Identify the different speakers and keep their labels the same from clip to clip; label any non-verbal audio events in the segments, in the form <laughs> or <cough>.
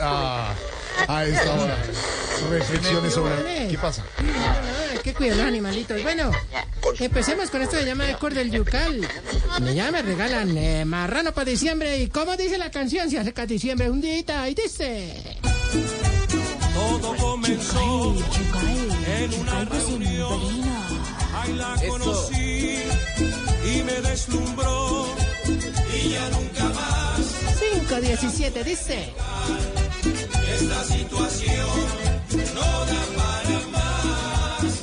Speaker 1: Ah, a esta hora. Reflexiones sobre. ¿Qué pasa?
Speaker 2: Hay que cuidar los animalitos. Bueno, empecemos con esto de llama de cordel yucal. Me llama, regalan eh, marrano para diciembre. ¿Y cómo dice la canción? Si acerca diciembre, un día y dice...
Speaker 3: Todo comenzó en una reunión. Ahí la conocí y me deslumbró. Y ya nunca más
Speaker 2: 517 dice...
Speaker 3: esta situación no da para más.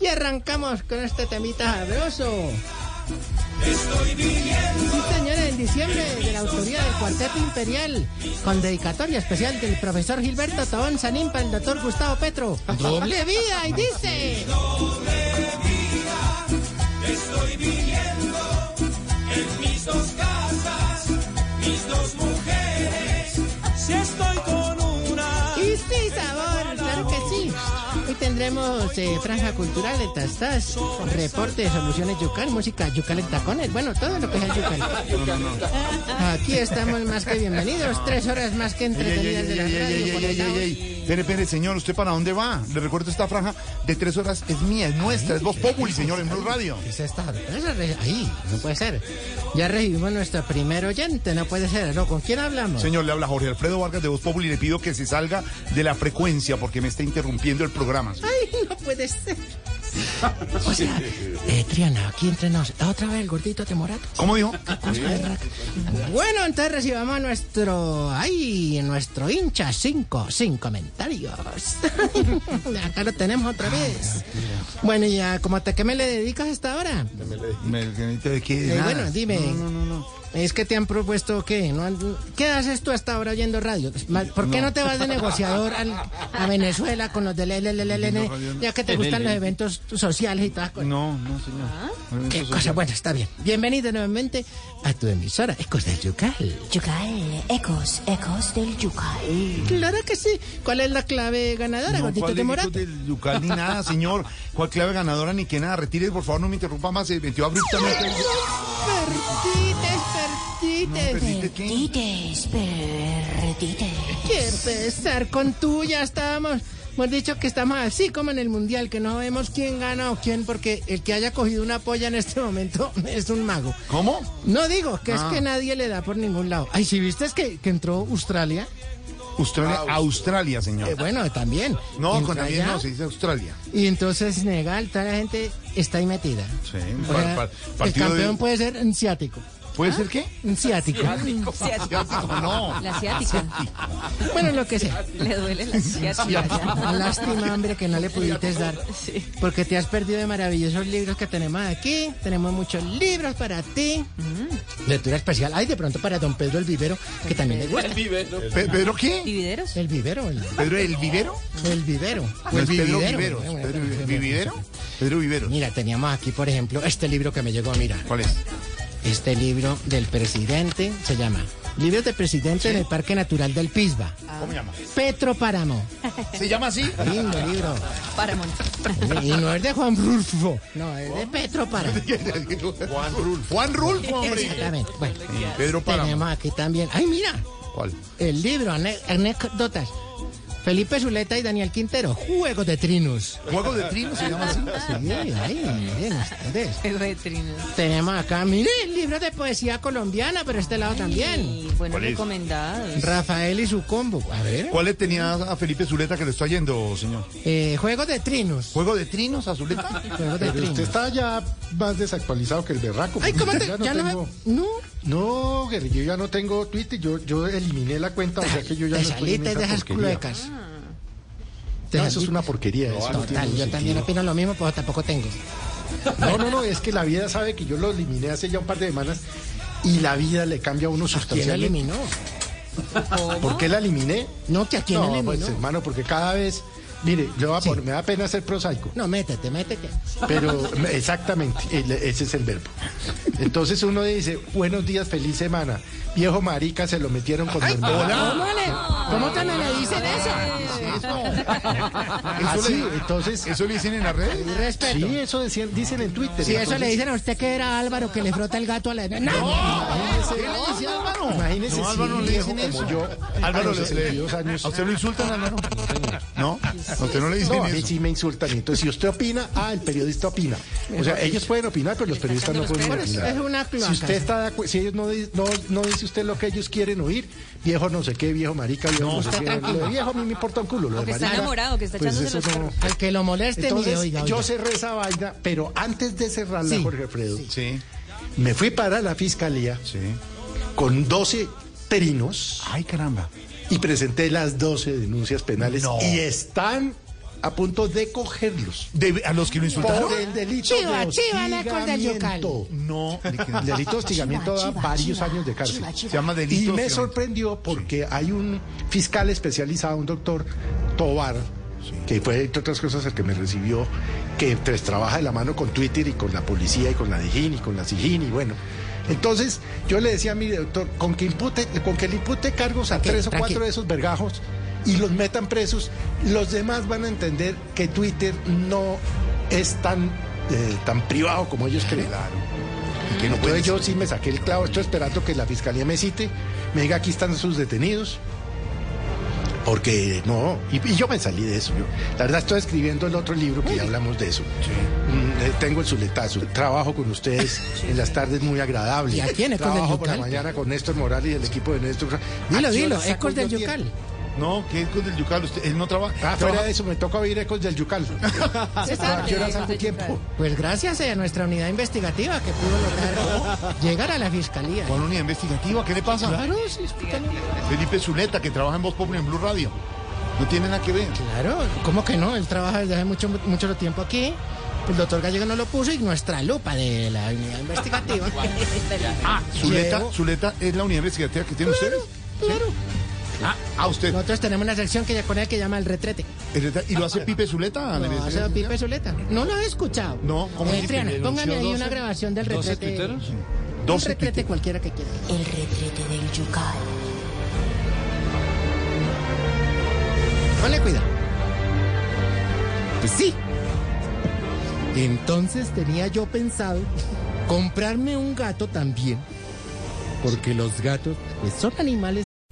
Speaker 2: Y arrancamos con este temita sabroso.
Speaker 3: Estoy viviendo
Speaker 2: Sí, señores, en diciembre de la autoría del Cuarteto Imperial, con dedicatoria especial del profesor Gilberto Taón Sanín para el doctor Gustavo Petro. Doble vida y dice...
Speaker 3: estoy viviendo en mis dos casas, mis dos mujeres. Si estoy con una,
Speaker 2: Y sí, sabor, claro que sí. Hoy tendremos eh, franja cultural de tastas, reporte de soluciones yucal, música yucal en tacones, bueno, todo lo que es el yucal. Aquí estamos más que bienvenidos, tres horas más que
Speaker 1: Ey, ey,
Speaker 2: entretenidas
Speaker 1: ey,
Speaker 2: de la
Speaker 1: ey, ey,
Speaker 2: radio.
Speaker 1: ey, ey, ey,
Speaker 2: conectados.
Speaker 1: ey. Pere, pere, señor, ¿usted para dónde va? Le recuerdo esta franja de tres horas es mía, es nuestra, es Voz Populi, señor, en Blue Radio.
Speaker 2: Es esta- esa re- Ahí, no puede ser. Ya recibimos nuestro primer oyente, no puede ser, ¿no? ¿Con quién hablamos?
Speaker 1: Señor, le habla Jorge Alfredo Vargas de Voz Populi y le pido que se salga de la frecuencia porque me está interrumpiendo el programa. señor.
Speaker 2: Ay, no puede ser. O sea, eh, Triana, aquí entre nos, otra vez el gordito temorato.
Speaker 1: ¿Cómo dijo?
Speaker 2: Bueno, entonces recibamos a nuestro. ¡Ay! Nuestro hincha 5 sin comentarios. <laughs> Acá lo tenemos otra vez. Bueno, y ya, ¿cómo te, qué me le dedicas hasta ahora?
Speaker 1: Me- ¿De qué? De
Speaker 2: Eh,
Speaker 1: nada.
Speaker 2: bueno, dime.
Speaker 1: No, no, no, no.
Speaker 2: Es que te han propuesto que. ¿no? han- ¿Qué haces tú hasta ahora oyendo radio? Ma- ¿Por qué no, te vas de negociador al- a Venezuela con los del LLLN? Ya que te gustan los eventos sociales y todas las cosas.
Speaker 1: No, no, señor.
Speaker 2: Qué cosa, bueno, está bien. Bienvenido nuevamente a tu emisora, Ecos del Yucal.
Speaker 4: Yucal, ecos, ecos del yucal.
Speaker 2: Claro que sí. ¿Cuál es la clave ganadora,
Speaker 1: No,
Speaker 2: gordito
Speaker 1: ¿cuál
Speaker 2: de
Speaker 1: le
Speaker 2: Morato?
Speaker 1: dijo del Yucal ni nada, señor. ¿Cuál clave ganadora ni que nada? Retire, por favor, no me interrumpa más. Se metió abruptamente.
Speaker 2: Perdites, perdites.
Speaker 1: ¿Perdiste qué?
Speaker 4: Perdites, perdites.
Speaker 2: Qué pesar con tú, ya estábamos. Hemos dicho que estamos así como en el mundial, que no vemos quién gana o quién, porque el que haya cogido una polla en este momento <laughs> es un mago.
Speaker 1: ¿Cómo?
Speaker 2: No digo que
Speaker 1: Ah.
Speaker 2: es que nadie le da por ningún lado. Ay, si viste es que, que entró Australia.
Speaker 1: Australia, Australia, señor.
Speaker 2: Eh, bueno, también.
Speaker 1: no,
Speaker 2: Entra
Speaker 1: con también
Speaker 2: allá,
Speaker 1: no, se dice Australia.
Speaker 2: Y entonces Senegal, toda la gente está ahí metida.
Speaker 1: Sí,
Speaker 2: O
Speaker 1: pa-
Speaker 2: sea,
Speaker 1: pa-
Speaker 2: el
Speaker 1: partido de-
Speaker 2: campeón puede ser un ciático.
Speaker 1: ¿Puede ser qué?
Speaker 2: Un ciático.
Speaker 1: Asiático, no.
Speaker 5: La asiática. <laughs>
Speaker 2: Bueno, lo que sea.
Speaker 5: Le duele la asiática. ya.
Speaker 2: Lástima, hombre, que no le pudiste dar. Porque te has perdido de maravillosos libros que tenemos aquí. Tenemos muchos libros para ti. Lectura especial. Ay, de pronto para don Pedro el Vivero, que también le gusta.
Speaker 1: Pe- ¿Pedro qué?
Speaker 5: ¿Vivideros?
Speaker 2: El Vivero, el,
Speaker 1: ¿Pedro el Vivero?
Speaker 2: el Vivero.
Speaker 1: No,
Speaker 2: el
Speaker 1: es Ah. Pues Pedro
Speaker 2: vividero,
Speaker 1: Viveros.
Speaker 2: bueno,
Speaker 1: Pedro
Speaker 2: bueno,
Speaker 1: Vi- ¿Vivero? Pedro Viveros.
Speaker 2: Mira, teníamos aquí, por ejemplo, este libro que me llegó, mira.
Speaker 1: ¿Cuál es? <laughs>
Speaker 2: Este libro del presidente se llama Libros del presidente del Parque Natural del Pisba.
Speaker 1: ¿Cómo se llama?
Speaker 2: Petro Páramo.
Speaker 1: ¿Se llama así?
Speaker 2: Lindo libro.
Speaker 5: Paramount.
Speaker 2: <laughs> Y no es de Juan Rulfo. No, es de Petro Páramo.
Speaker 1: Juan Rulfo. Juan Rulfo,
Speaker 2: <laughs>
Speaker 1: hombre.
Speaker 2: Exactamente. Bueno, eh,
Speaker 1: Pedro Páramo.
Speaker 2: tenemos aquí también. ¡Ay, mira!
Speaker 1: ¿Cuál?
Speaker 2: El libro, ane- anécdotas. Felipe Zuleta y Daniel Quintero, Juegos de Trinos.
Speaker 1: Juego de trino se llama así.
Speaker 2: Sí, ay, miren ustedes.
Speaker 5: Retrino.
Speaker 2: Tenemos acá, mire, el libro de poesía colombiana, pero este lado también.
Speaker 5: Y buenos
Speaker 1: ¿Cuál es?
Speaker 5: recomendados.
Speaker 2: Rafael y su combo. A ver.
Speaker 1: ¿Cuál le tenía a Felipe Zuleta que le estoy yendo, señor?
Speaker 2: Eh, Juegos de Trinos.
Speaker 1: ¿Juego de trinos a Zuleta?
Speaker 2: Juegos de
Speaker 6: Pero
Speaker 2: Trinos.
Speaker 6: usted está ya más desactualizado que el berraco.
Speaker 2: Ay, ¿cómo te.?
Speaker 6: Ya no
Speaker 2: ya no,
Speaker 6: tengo-
Speaker 2: no.
Speaker 6: No, Jerry, yo ya no tengo Twitter, yo, yo eliminé la cuenta, o sea que yo ya
Speaker 2: Te
Speaker 6: no estoy en
Speaker 2: saliste
Speaker 6: esa
Speaker 2: de esas
Speaker 6: porquería. Ah.
Speaker 2: cluecas. Te
Speaker 6: No, eso es
Speaker 2: saliste.
Speaker 6: una porquería. eso no tiene
Speaker 2: Total, yo
Speaker 6: sentido.
Speaker 2: también opino lo mismo, pues tampoco tengo.
Speaker 6: No, no, no, es que la vida sabe que yo lo eliminé hace ya un par de semanas y la vida le cambia a uno
Speaker 2: ¿Quién lo
Speaker 6: sustancialmente.
Speaker 2: eliminó?
Speaker 6: ¿Por qué la eliminé?
Speaker 2: No, que a quién
Speaker 6: no,
Speaker 2: eliminó.
Speaker 6: pues hermano, porque cada vez, mire, yo voy a poner- me da pena ser prosaico,
Speaker 2: No, métete, métete.
Speaker 6: pero exactamente, el- ese es el verbo. Entonces uno dice, buenos días, feliz semana. Viejo marica, se lo metieron con hormona.
Speaker 2: ¿Cómo, le, ¿Cómo tan le dicen eso?
Speaker 1: Ah,
Speaker 6: Eso le- entonces,
Speaker 1: ¿Eso le dicen en las redes?
Speaker 2: Ah, Respeto.
Speaker 6: sí, eso decían, dicen en Twitter.
Speaker 2: Si eso
Speaker 6: Entonces,
Speaker 2: le dicen a usted que era Álvaro que le frota el gato a la... ¡No!
Speaker 6: ¿Qué le dice Álvaro? Imagínese
Speaker 1: No,
Speaker 6: si
Speaker 1: Álvaro no
Speaker 6: un
Speaker 1: le
Speaker 6: viejo
Speaker 1: dicen eso.
Speaker 6: como yo, a
Speaker 1: Álvaro,
Speaker 6: los
Speaker 1: le, le-
Speaker 6: 62 años.
Speaker 1: ¿a usted lo insultan, Álvaro? No, a usted no le dicen
Speaker 6: No, a mí
Speaker 1: eso.
Speaker 6: sí me insultan. Entonces, si usted opina, ah, el periodista opina. O sea, ellos pueden opinar, pero los periodistas no pueden
Speaker 2: pelos.
Speaker 6: opinar.
Speaker 2: Es una cloaca.
Speaker 6: Si usted está de acu- si ellos no, di- no, no dice usted lo que ellos quieren oír, viejo no sé qué, viejo marica, viejo no, sé qué. Lo de viejo a mí me importa un culo. Lo de
Speaker 5: que está
Speaker 6: marica,
Speaker 5: enamorado, que está
Speaker 6: pues
Speaker 5: echándose
Speaker 6: eso
Speaker 5: los
Speaker 6: no.
Speaker 2: Al que lo moleste,
Speaker 6: Entonces,
Speaker 2: mire, oiga,
Speaker 6: yo
Speaker 2: oiga.
Speaker 6: cerré esa vaina, pero antes de cerrarla,
Speaker 2: Este Sí.
Speaker 6: Jorge Alfredo,
Speaker 1: Sí,
Speaker 6: me fui para la fiscalía
Speaker 1: sí.
Speaker 6: con 12 trinos
Speaker 1: Ay, caramba.
Speaker 6: y presenté las 12 denuncias penales y están a punto de cogerlos.
Speaker 1: De- ¿A los que lo insultaron?
Speaker 6: Por el delito
Speaker 2: Chiva,
Speaker 6: de
Speaker 2: chiva, la cor del yocal.
Speaker 6: hostigamiento.
Speaker 1: <laughs> No.
Speaker 6: El delito de hostigamiento da
Speaker 4: Chiva, chiva,
Speaker 6: varios
Speaker 4: chiva,
Speaker 6: años de cárcel.
Speaker 4: chiva, chiva.
Speaker 1: Se llama delito.
Speaker 6: y me
Speaker 1: hostigamiento.
Speaker 6: sorprendió porque hay un fiscal especializado, un doctor Tobar, que fue, entre otras cosas, el que me recibió, que pues, trabaja de la mano con Twitter y con la policía y con la DIGIN y con la SIGIN y bueno. Entonces, yo le decía a mi doctor, con que, impute, con que le impute cargos a tres o
Speaker 2: tranquilo.
Speaker 6: cuatro de esos vergajos y los metan presos, los demás van a entender que Twitter no es tan, eh, tan privado como ellos creen.
Speaker 1: Que no puede
Speaker 2: pues.
Speaker 6: Entonces yo sí me saqué el clavo, estoy esperando que la fiscalía me cite, me diga aquí están sus detenidos. Porque no, y, y yo me salí de eso. yo. la verdad estoy escribiendo el otro libro que ya hablamos de eso. Mm, eh, tengo el zuletazo, trabajo con ustedes
Speaker 2: <laughs>
Speaker 6: en las tardes muy agradable.
Speaker 2: ¿Y a quién? ¿Es con el
Speaker 6: Trabajo por la
Speaker 2: Yucal?
Speaker 6: mañana con Néstor Morales y el equipo de Néstor.
Speaker 2: Dilo,
Speaker 6: ¿A qué
Speaker 2: dilo,
Speaker 6: hora saco
Speaker 2: Ecos del
Speaker 6: yo
Speaker 2: Yucal.
Speaker 6: tiempo?
Speaker 1: No, que es con el Yucal. Usted, él no trabaja.
Speaker 6: Ah, fuera
Speaker 1: trabaja-
Speaker 6: de eso, me toca oír ecos
Speaker 2: <laughs>
Speaker 6: del Yucal. ¿A qué hora saco tiempo?
Speaker 2: Pues gracias a nuestra unidad investigativa que pudo
Speaker 6: <laughs>
Speaker 2: lograr llegar a la fiscalía.
Speaker 1: Con unidad investigativa, ¿qué le pasa?
Speaker 2: Claro, sí, explícame.
Speaker 1: Felipe Zuleta, que trabaja en Voz Popular en Blue Radio. No tiene nada que ver.
Speaker 2: Claro, ¿cómo que no? Él trabaja desde hace mucho, mucho tiempo aquí. El doctor Gallego no lo puso y nuestra lupa de la unidad
Speaker 6: <laughs>
Speaker 2: investigativa.
Speaker 1: Zuleta,
Speaker 2: Llevo-
Speaker 1: Zuleta es la unidad investigativa que tienen ustedes.
Speaker 2: Claro.
Speaker 1: Ah, a usted. Eh,
Speaker 2: Nosotros tenemos una sección que ya con él que llama el retrete.
Speaker 1: ¿Y lo hace Pipe Zuleta? la
Speaker 2: No, o sea,
Speaker 1: investigación?
Speaker 2: Pipe Zuleta. No lo he escuchado.
Speaker 1: No, ¿cómo
Speaker 2: Eh,
Speaker 1: es?
Speaker 2: Triana,
Speaker 1: ¿Le
Speaker 2: póngame ahí
Speaker 1: denunció
Speaker 2: una
Speaker 1: 12?
Speaker 2: grabación del retrete. Un
Speaker 1: 12
Speaker 2: retrete
Speaker 1: tuiteros.
Speaker 2: cualquiera que quiera.
Speaker 4: El retrete del yucal.
Speaker 2: Ponle cuidado. Pues sí. Entonces tenía yo pensado comprarme un gato también. Porque los gatos pues, son animales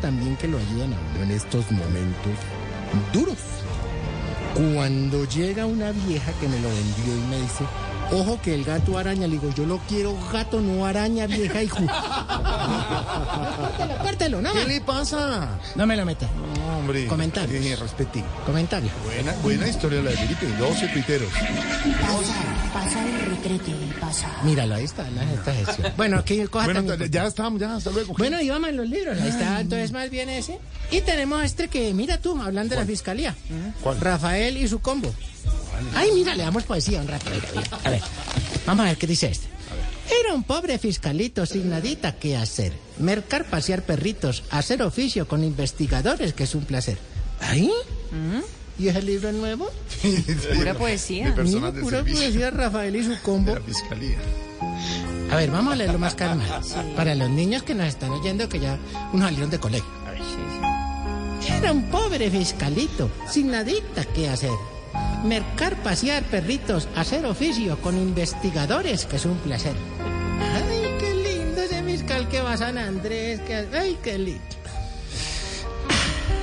Speaker 2: también que lo ayudan a uno en estos momentos duros. Cuando llega una vieja que me lo vendió y me dice, ojo que el gato araña, le digo, yo lo quiero gato, no araña,
Speaker 1: <laughs>
Speaker 2: vieja, hijo. Córtelo, córtelo, no,
Speaker 1: ¿Qué
Speaker 2: me-
Speaker 1: le pasa?
Speaker 2: no me lo meta.
Speaker 1: No, hombre.
Speaker 2: Comentarios.
Speaker 1: Eh, respete.
Speaker 2: Comentario.
Speaker 1: Buena, buena historia la de Felipe. 12 tuiteros.
Speaker 4: Pasa, pasa el retrete, pasa.
Speaker 2: Míralo, ahí está, la- esta gestión. Bueno, aquí el coja
Speaker 1: Bueno,
Speaker 2: también.
Speaker 1: ta- ya estamos, ya, hasta luego.
Speaker 2: Bueno, y vamos en los libros. Ahí está, entonces más bien ese. Y tenemos este que, mira tú, hablando de la fiscalía.
Speaker 1: ¿Cuál?
Speaker 2: Rafael y su combo. Ay, mira, le damos poesía un rato. Mira, mira. A ver, vamos a ver qué dice este. Era un pobre fiscalito sin nadita que hacer. Mercar, pasear perritos, hacer oficio con investigadores, que es un placer. ¿Ahí? ¿Y es el libro nuevo?
Speaker 5: Pura poesía.
Speaker 1: De personas
Speaker 2: Mira,
Speaker 1: de
Speaker 2: pura
Speaker 1: servicio.
Speaker 2: poesía, Rafael y su
Speaker 1: De
Speaker 2: combo.
Speaker 1: la fiscalía.
Speaker 2: A ver, vamos a leerlo más calmado. Para los niños que nos están oyendo, que ya unos salieron de colegio. Era un pobre fiscalito, sin nadita que hacer. Mercar, pasear perritos, hacer oficio con investigadores, que es un placer. Ay, qué lindo ese fiscal que va a San Andrés. Que... Ay, qué lindo.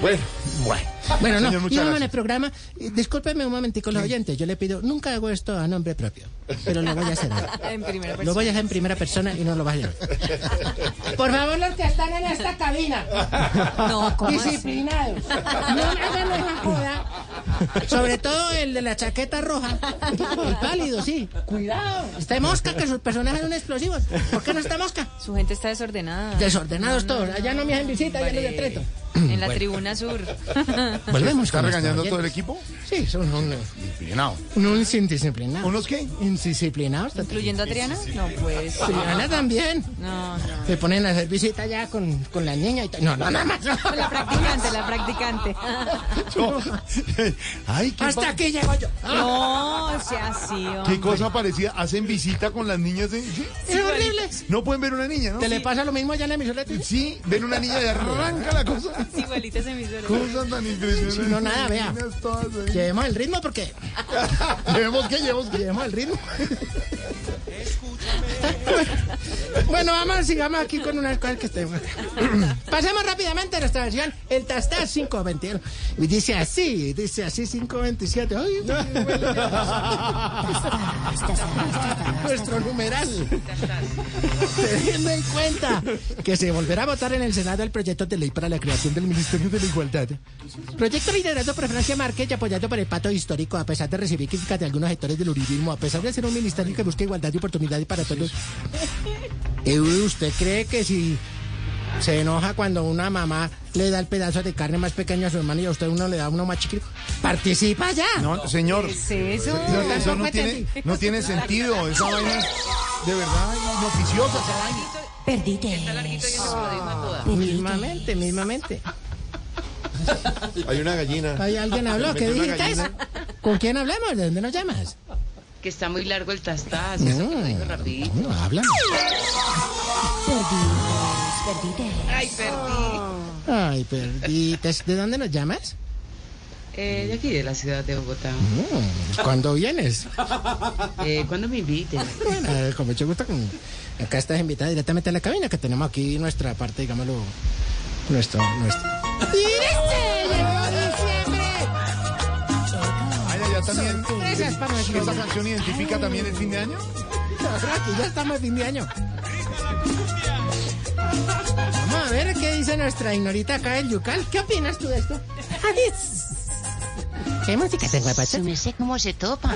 Speaker 1: Bueno, bueno.
Speaker 2: Bueno, no,
Speaker 1: Señor, muchas
Speaker 2: íbamos en
Speaker 1: gracias.
Speaker 2: el programa. Eh, Discúlpeme un momentico los oyentes. Yo le pido, nunca hago esto a nombre propio, pero lo voy a hacer. ahora.
Speaker 5: <laughs> En primera persona.
Speaker 2: Lo voy a hacer en primera persona y no lo vas a llevar. Por favor, los que están en esta cabina,
Speaker 5: <laughs> No, ¿cómo así?
Speaker 2: disciplinados, no hagan esa joda. Sobre todo el de la chaqueta roja, el pálido, sí. Cuidado. Está de mosca, que sus personajes son explosivos. ¿Por qué no está mosca?
Speaker 5: Su gente está desordenada.
Speaker 2: Desordenados
Speaker 5: No, no,
Speaker 2: todos. Allá no me hacen visita, allá los
Speaker 5: hombre.
Speaker 2: decreto.
Speaker 5: En la tribuna sur.
Speaker 2: Volvemos
Speaker 1: ¿Está
Speaker 2: con los
Speaker 1: regañando a todo el
Speaker 2: oyentes.
Speaker 1: equipo?
Speaker 2: Sí, son unos,
Speaker 1: Disciplinado.
Speaker 2: unos indisciplinados.
Speaker 1: ¿Unos
Speaker 2: <laughs>
Speaker 1: qué?
Speaker 2: Indisciplinados. total.
Speaker 5: ¿Incluyendo a Triana? No, pues.
Speaker 2: Triana también.
Speaker 5: No, no.
Speaker 2: Se ponen a hacer visita ya con, con la niña y tal. No, no, nada más.
Speaker 5: La practicante, la practicante.
Speaker 1: <laughs> No. Ay, qué,
Speaker 2: Hasta
Speaker 1: pa-
Speaker 2: aquí llego yo. Ah,
Speaker 5: No, sea así.
Speaker 1: qué
Speaker 5: hombre.
Speaker 1: cosa parecida. Hacen visita con las niñas de... sí.
Speaker 2: Es horrible.
Speaker 1: No pueden ver una niña, ¿no?
Speaker 2: ¿Te le pasa lo mismo allá en la emisora? tuya?
Speaker 1: Sí, ven una niña de arranca la cosa.
Speaker 5: Igualitas emisoras.
Speaker 1: Cosas tan impresionantes.
Speaker 2: Sí, no, nada, vea.
Speaker 1: Niñas todas ahí.
Speaker 2: Llevemos el ritmo porque
Speaker 1: <laughs> ¿Llevemos qué? ¿Llevemos qué?
Speaker 2: llevemos el ritmo. bueno, vamos, sigamos aquí con unas cosas que
Speaker 1: <clears throat>
Speaker 2: estemos. Pasemos rápidamente a nuestra versión, el Tastar 521. Y dice así, dice así 527. Ay,
Speaker 1: <laughs>
Speaker 2: nuestro numeral. Teniendo en cuenta que se volverá a votar en el Senado el proyecto de ley para la creación del Ministerio de la Igualdad. Proyecto liderado por Francia Márquez y apoyado por el Pato Histórico, a pesar de recibir críticas de algunos sectores del uribismo, a pesar de ser un ministerio que busca igualdad de oportunidades para todos. Eh, ¿Usted cree que si se enoja cuando una mamá le da el pedazo de carne más pequeño a su hermano y a usted uno le da uno más chiquito? ¡Participa ya!
Speaker 1: No, señor.
Speaker 5: ¿Qué es eso?
Speaker 1: No, eso no tiene, no tiene sentido. Esa vaina es de verdad inoficiosa. Esa vaina.
Speaker 4: Perdite.
Speaker 2: Mismamente, mismamente.
Speaker 7: Hay una gallina.
Speaker 2: Ahí alguien habló, ¿qué
Speaker 7: Metió una
Speaker 2: dijiste?
Speaker 7: gallina.
Speaker 2: ¿Con quién hablamos? ¿De dónde nos llamas?
Speaker 8: Que está muy largo el tastaz. Eso que lo digo rapidito.
Speaker 2: No, habla.
Speaker 4: Perdimos, perdite.
Speaker 8: Ay, perdí.
Speaker 2: Ay, perdites. ¿De dónde nos llamas?
Speaker 8: Eh, de aquí, de la ciudad de Bogotá.
Speaker 2: Mm, ¿Cuándo vienes?
Speaker 6: <laughs>
Speaker 8: Eh, ¿Cuándo me inviten?
Speaker 2: Bueno, eh, con mucho gusto. con- Acá estás invitada directamente a la cabina, que tenemos aquí nuestra parte, digámoslo, nuestro, nuestro.
Speaker 1: Ay, ya también.
Speaker 2: Sorpresas para nuestro-
Speaker 1: ¿Esa canción identifica también el fin de año?
Speaker 2: Aquí ya estamos a fin de año. Vamos a ver qué dice nuestra ignorita acá del Yucal. ¿Qué opinas tú de esto? ¿Qué música te guapacha?
Speaker 4: Yo no sé cómo se topa.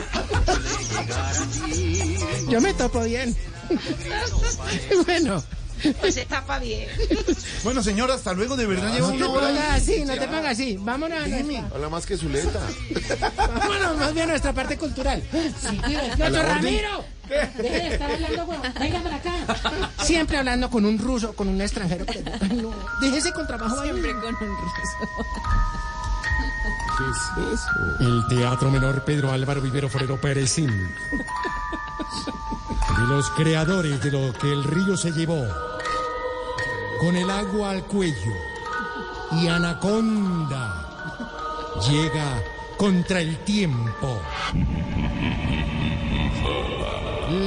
Speaker 2: Yo me topo bien. <laughs> bueno.
Speaker 8: Pues se tapa bien.
Speaker 1: Bueno, señor, hasta luego. De verdad, lleva
Speaker 2: No te
Speaker 1: una hora.
Speaker 2: pongas así, no te pongas así. Vámonos a nuestra,
Speaker 7: Habla más que Zuleta.
Speaker 2: vámonos más bien a nuestra parte cultural. ¡Nuestro Ramiro! Deje de estar hablando, weón. Venga para acá. Siempre hablando con un ruso, con un extranjero.
Speaker 5: <laughs>
Speaker 2: No, déjese con trabajo ahí.
Speaker 5: Siempre con un ruso.
Speaker 9: El Teatro Menor Pedro Álvaro Vivero Forero Pérezín. De los creadores de lo que el río se llevó. Con el agua al cuello y Anaconda llega contra el tiempo.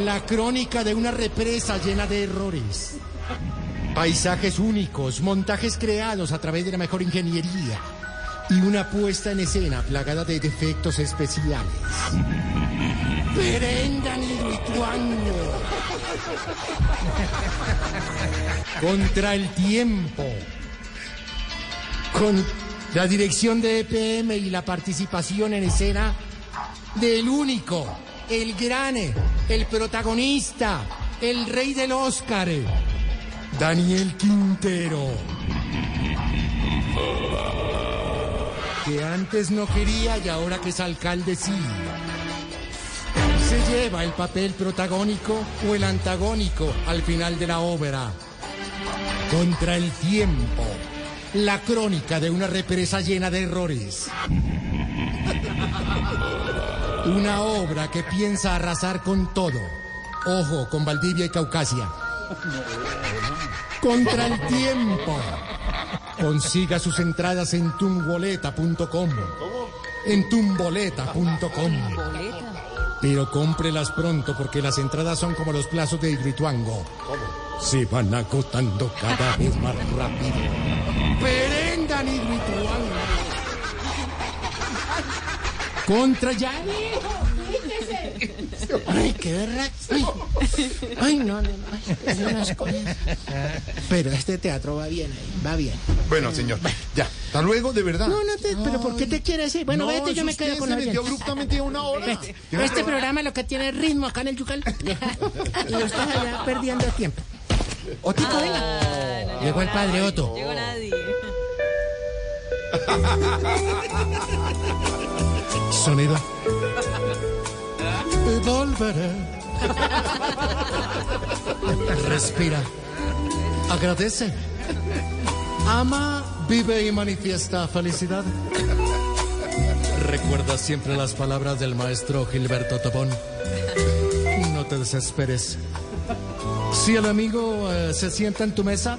Speaker 9: La crónica de una represa llena de errores. Paisajes únicos, montajes creados a través de la mejor ingeniería y una puesta en escena plagada de defectos especiales. Perendan y Lituano. Contra el tiempo. Con la dirección de EPM y la participación en escena del único, el gran, el protagonista, el rey del Óscar, Daniel Quintero. que antes no quería y ahora que es alcalde sí. Se lleva el papel protagónico o el antagónico al final de la obra. Contra el tiempo. La crónica de una represa llena de errores. <laughs> Una obra que piensa arrasar con todo. Ojo, con Valdivia y Caucasia. Contra el tiempo. Consiga sus entradas en tumboleta.com. En tumboleta.com. Pero cómprelas pronto porque las entradas son como los plazos de Hidrituango. Se van agotando cada vez más rápido. Perendan Hidrituango.
Speaker 2: Contra Yane.
Speaker 6: Ay, qué verdad. Ay, Ay, no, no, ay, es unas cosas. Pero este teatro va bien ahí, va bien.
Speaker 1: Bueno, señor, ya. Hasta luego, de verdad.
Speaker 6: No, no te, pero ¿por qué te quieres ir? Bueno,
Speaker 1: No,
Speaker 6: vete, yo
Speaker 1: es
Speaker 6: me quedo
Speaker 1: usted,
Speaker 6: con
Speaker 1: se
Speaker 6: la
Speaker 1: metió
Speaker 6: oyente.
Speaker 1: abruptamente una hora.
Speaker 6: Vete.
Speaker 1: Tiene
Speaker 6: Este
Speaker 1: que-
Speaker 6: programa lo que tiene es ritmo acá en
Speaker 8: <laughs>
Speaker 6: el Yucal. y estás allá perdiendo tiempo. Otito, venga.
Speaker 2: Llegó el padre Otto.
Speaker 10: Ah, Llegó nadie.
Speaker 2: <laughs> Sonido. Volveré. Respira. Agradece. Ama, vive y manifiesta felicidad. Recuerda siempre las palabras del maestro Gilberto Topón. No te desesperes. Si el amigo eh, se sienta en tu mesa,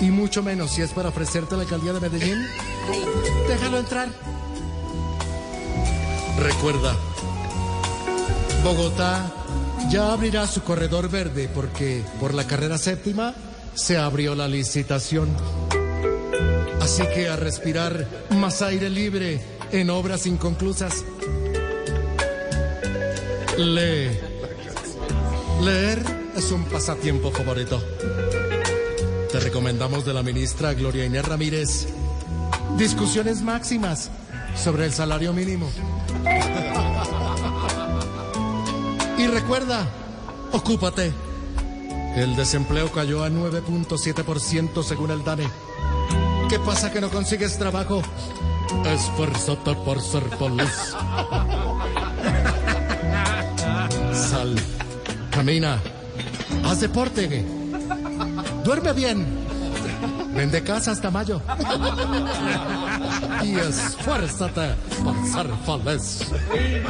Speaker 2: y mucho menos si es para ofrecerte la alcaldía de Medellín, déjalo entrar. Recuerda, Bogotá ya abrirá su corredor verde porque por la carrera séptima se abrió la licitación. Así que a respirar más aire libre en obras inconclusas. Lee. Leer es un pasatiempo favorito. Te recomendamos de la ministra Gloria Inés Ramírez discusiones máximas sobre el salario mínimo. Y recuerda, ocúpate. El desempleo cayó a 9.7% según el DANE. ¿Qué pasa que no consigues trabajo? Esfuérzate por ser feliz. Sal, camina, haz deporte, duerme bien, vende casa hasta mayo y esfuérzate por ser feliz.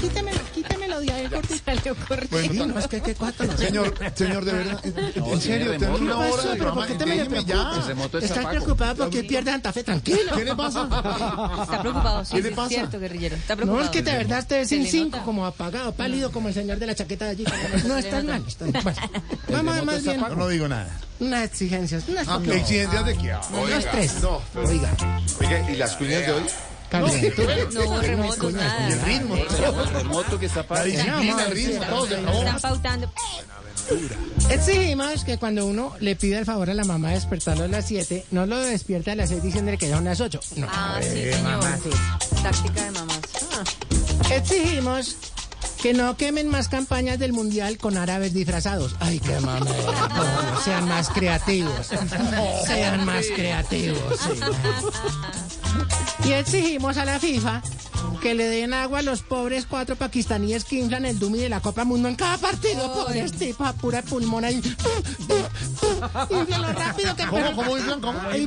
Speaker 6: Quítamelo, quítamelo de ahí, <laughs> porque salió corriendo.
Speaker 1: Bueno,
Speaker 6: no, es que qué cuatro.
Speaker 1: Señor, señor, de verdad. en- En serio, tengo
Speaker 6: ¿Qué
Speaker 1: una hora
Speaker 6: pasó?
Speaker 1: de
Speaker 6: ¿Pero
Speaker 1: programa.
Speaker 6: por qué te medio
Speaker 1: Déjeme ya.
Speaker 6: preocupas? Estás preocupado porque pierde Santa Fe, tranquilo.
Speaker 1: ¿Qué le <laughs> pasa?
Speaker 10: Está preocupado, sí,
Speaker 1: ¿Qué
Speaker 10: sí,
Speaker 1: le
Speaker 10: es
Speaker 1: pasa?
Speaker 10: cierto, guerrillero. Está
Speaker 6: No,
Speaker 10: preocupado.
Speaker 6: es que de verdad te
Speaker 10: Se
Speaker 6: sin
Speaker 10: le
Speaker 6: cinco,
Speaker 10: nota.
Speaker 6: como apagado, pálido como el señor de la chaqueta
Speaker 10: <laughs>
Speaker 6: de allí. No, estás mal, estás mal. Vamos a ver más bien
Speaker 1: No, no digo nada.
Speaker 6: unas exigencias. Unas
Speaker 1: Ah,
Speaker 6: poquitas.
Speaker 1: ¿Exigencias de qué?
Speaker 6: Unas tres.
Speaker 1: Oiga. pues, Oiga, ¿y las cuñas de hoy?
Speaker 6: Carmen, tú-
Speaker 10: No, remotos, nada.
Speaker 1: El ritmo.
Speaker 11: Remoto que está
Speaker 1: La disciplina, el ritmo, todo se acabó.
Speaker 10: Están pautando.
Speaker 6: Exigimos que cuando uno le pide el favor a la mamá de despertarlo a las 7, no lo despierte a las 6 diciéndole que ya son las 8. No.
Speaker 10: Ah, sí, señor. Táctica de mamás. Ah.
Speaker 6: Exigimos que no quemen más campañas del mundial con árabes disfrazados. Ay, qué mamá. sean más creativos. Sean más creativos. sí. Y exigimos a la FIFA que le den agua a los pobres cuatro pakistaníes que inflan el Dumi de la Copa Mundo en cada partido. Pobres tipos, a pura pulmón <laughs> ahí. Inflalo rápido que
Speaker 1: ¿Cómo, cómo dicen? ¿Cómo?
Speaker 6: Ay,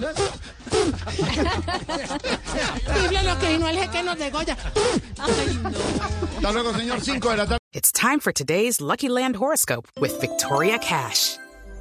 Speaker 6: Inflalo que si no el jeque nos degolla.
Speaker 1: Hasta luego, señor. Cinco de la tarde.
Speaker 12: It's time for today's Lucky Land horoscope with Victoria Cash.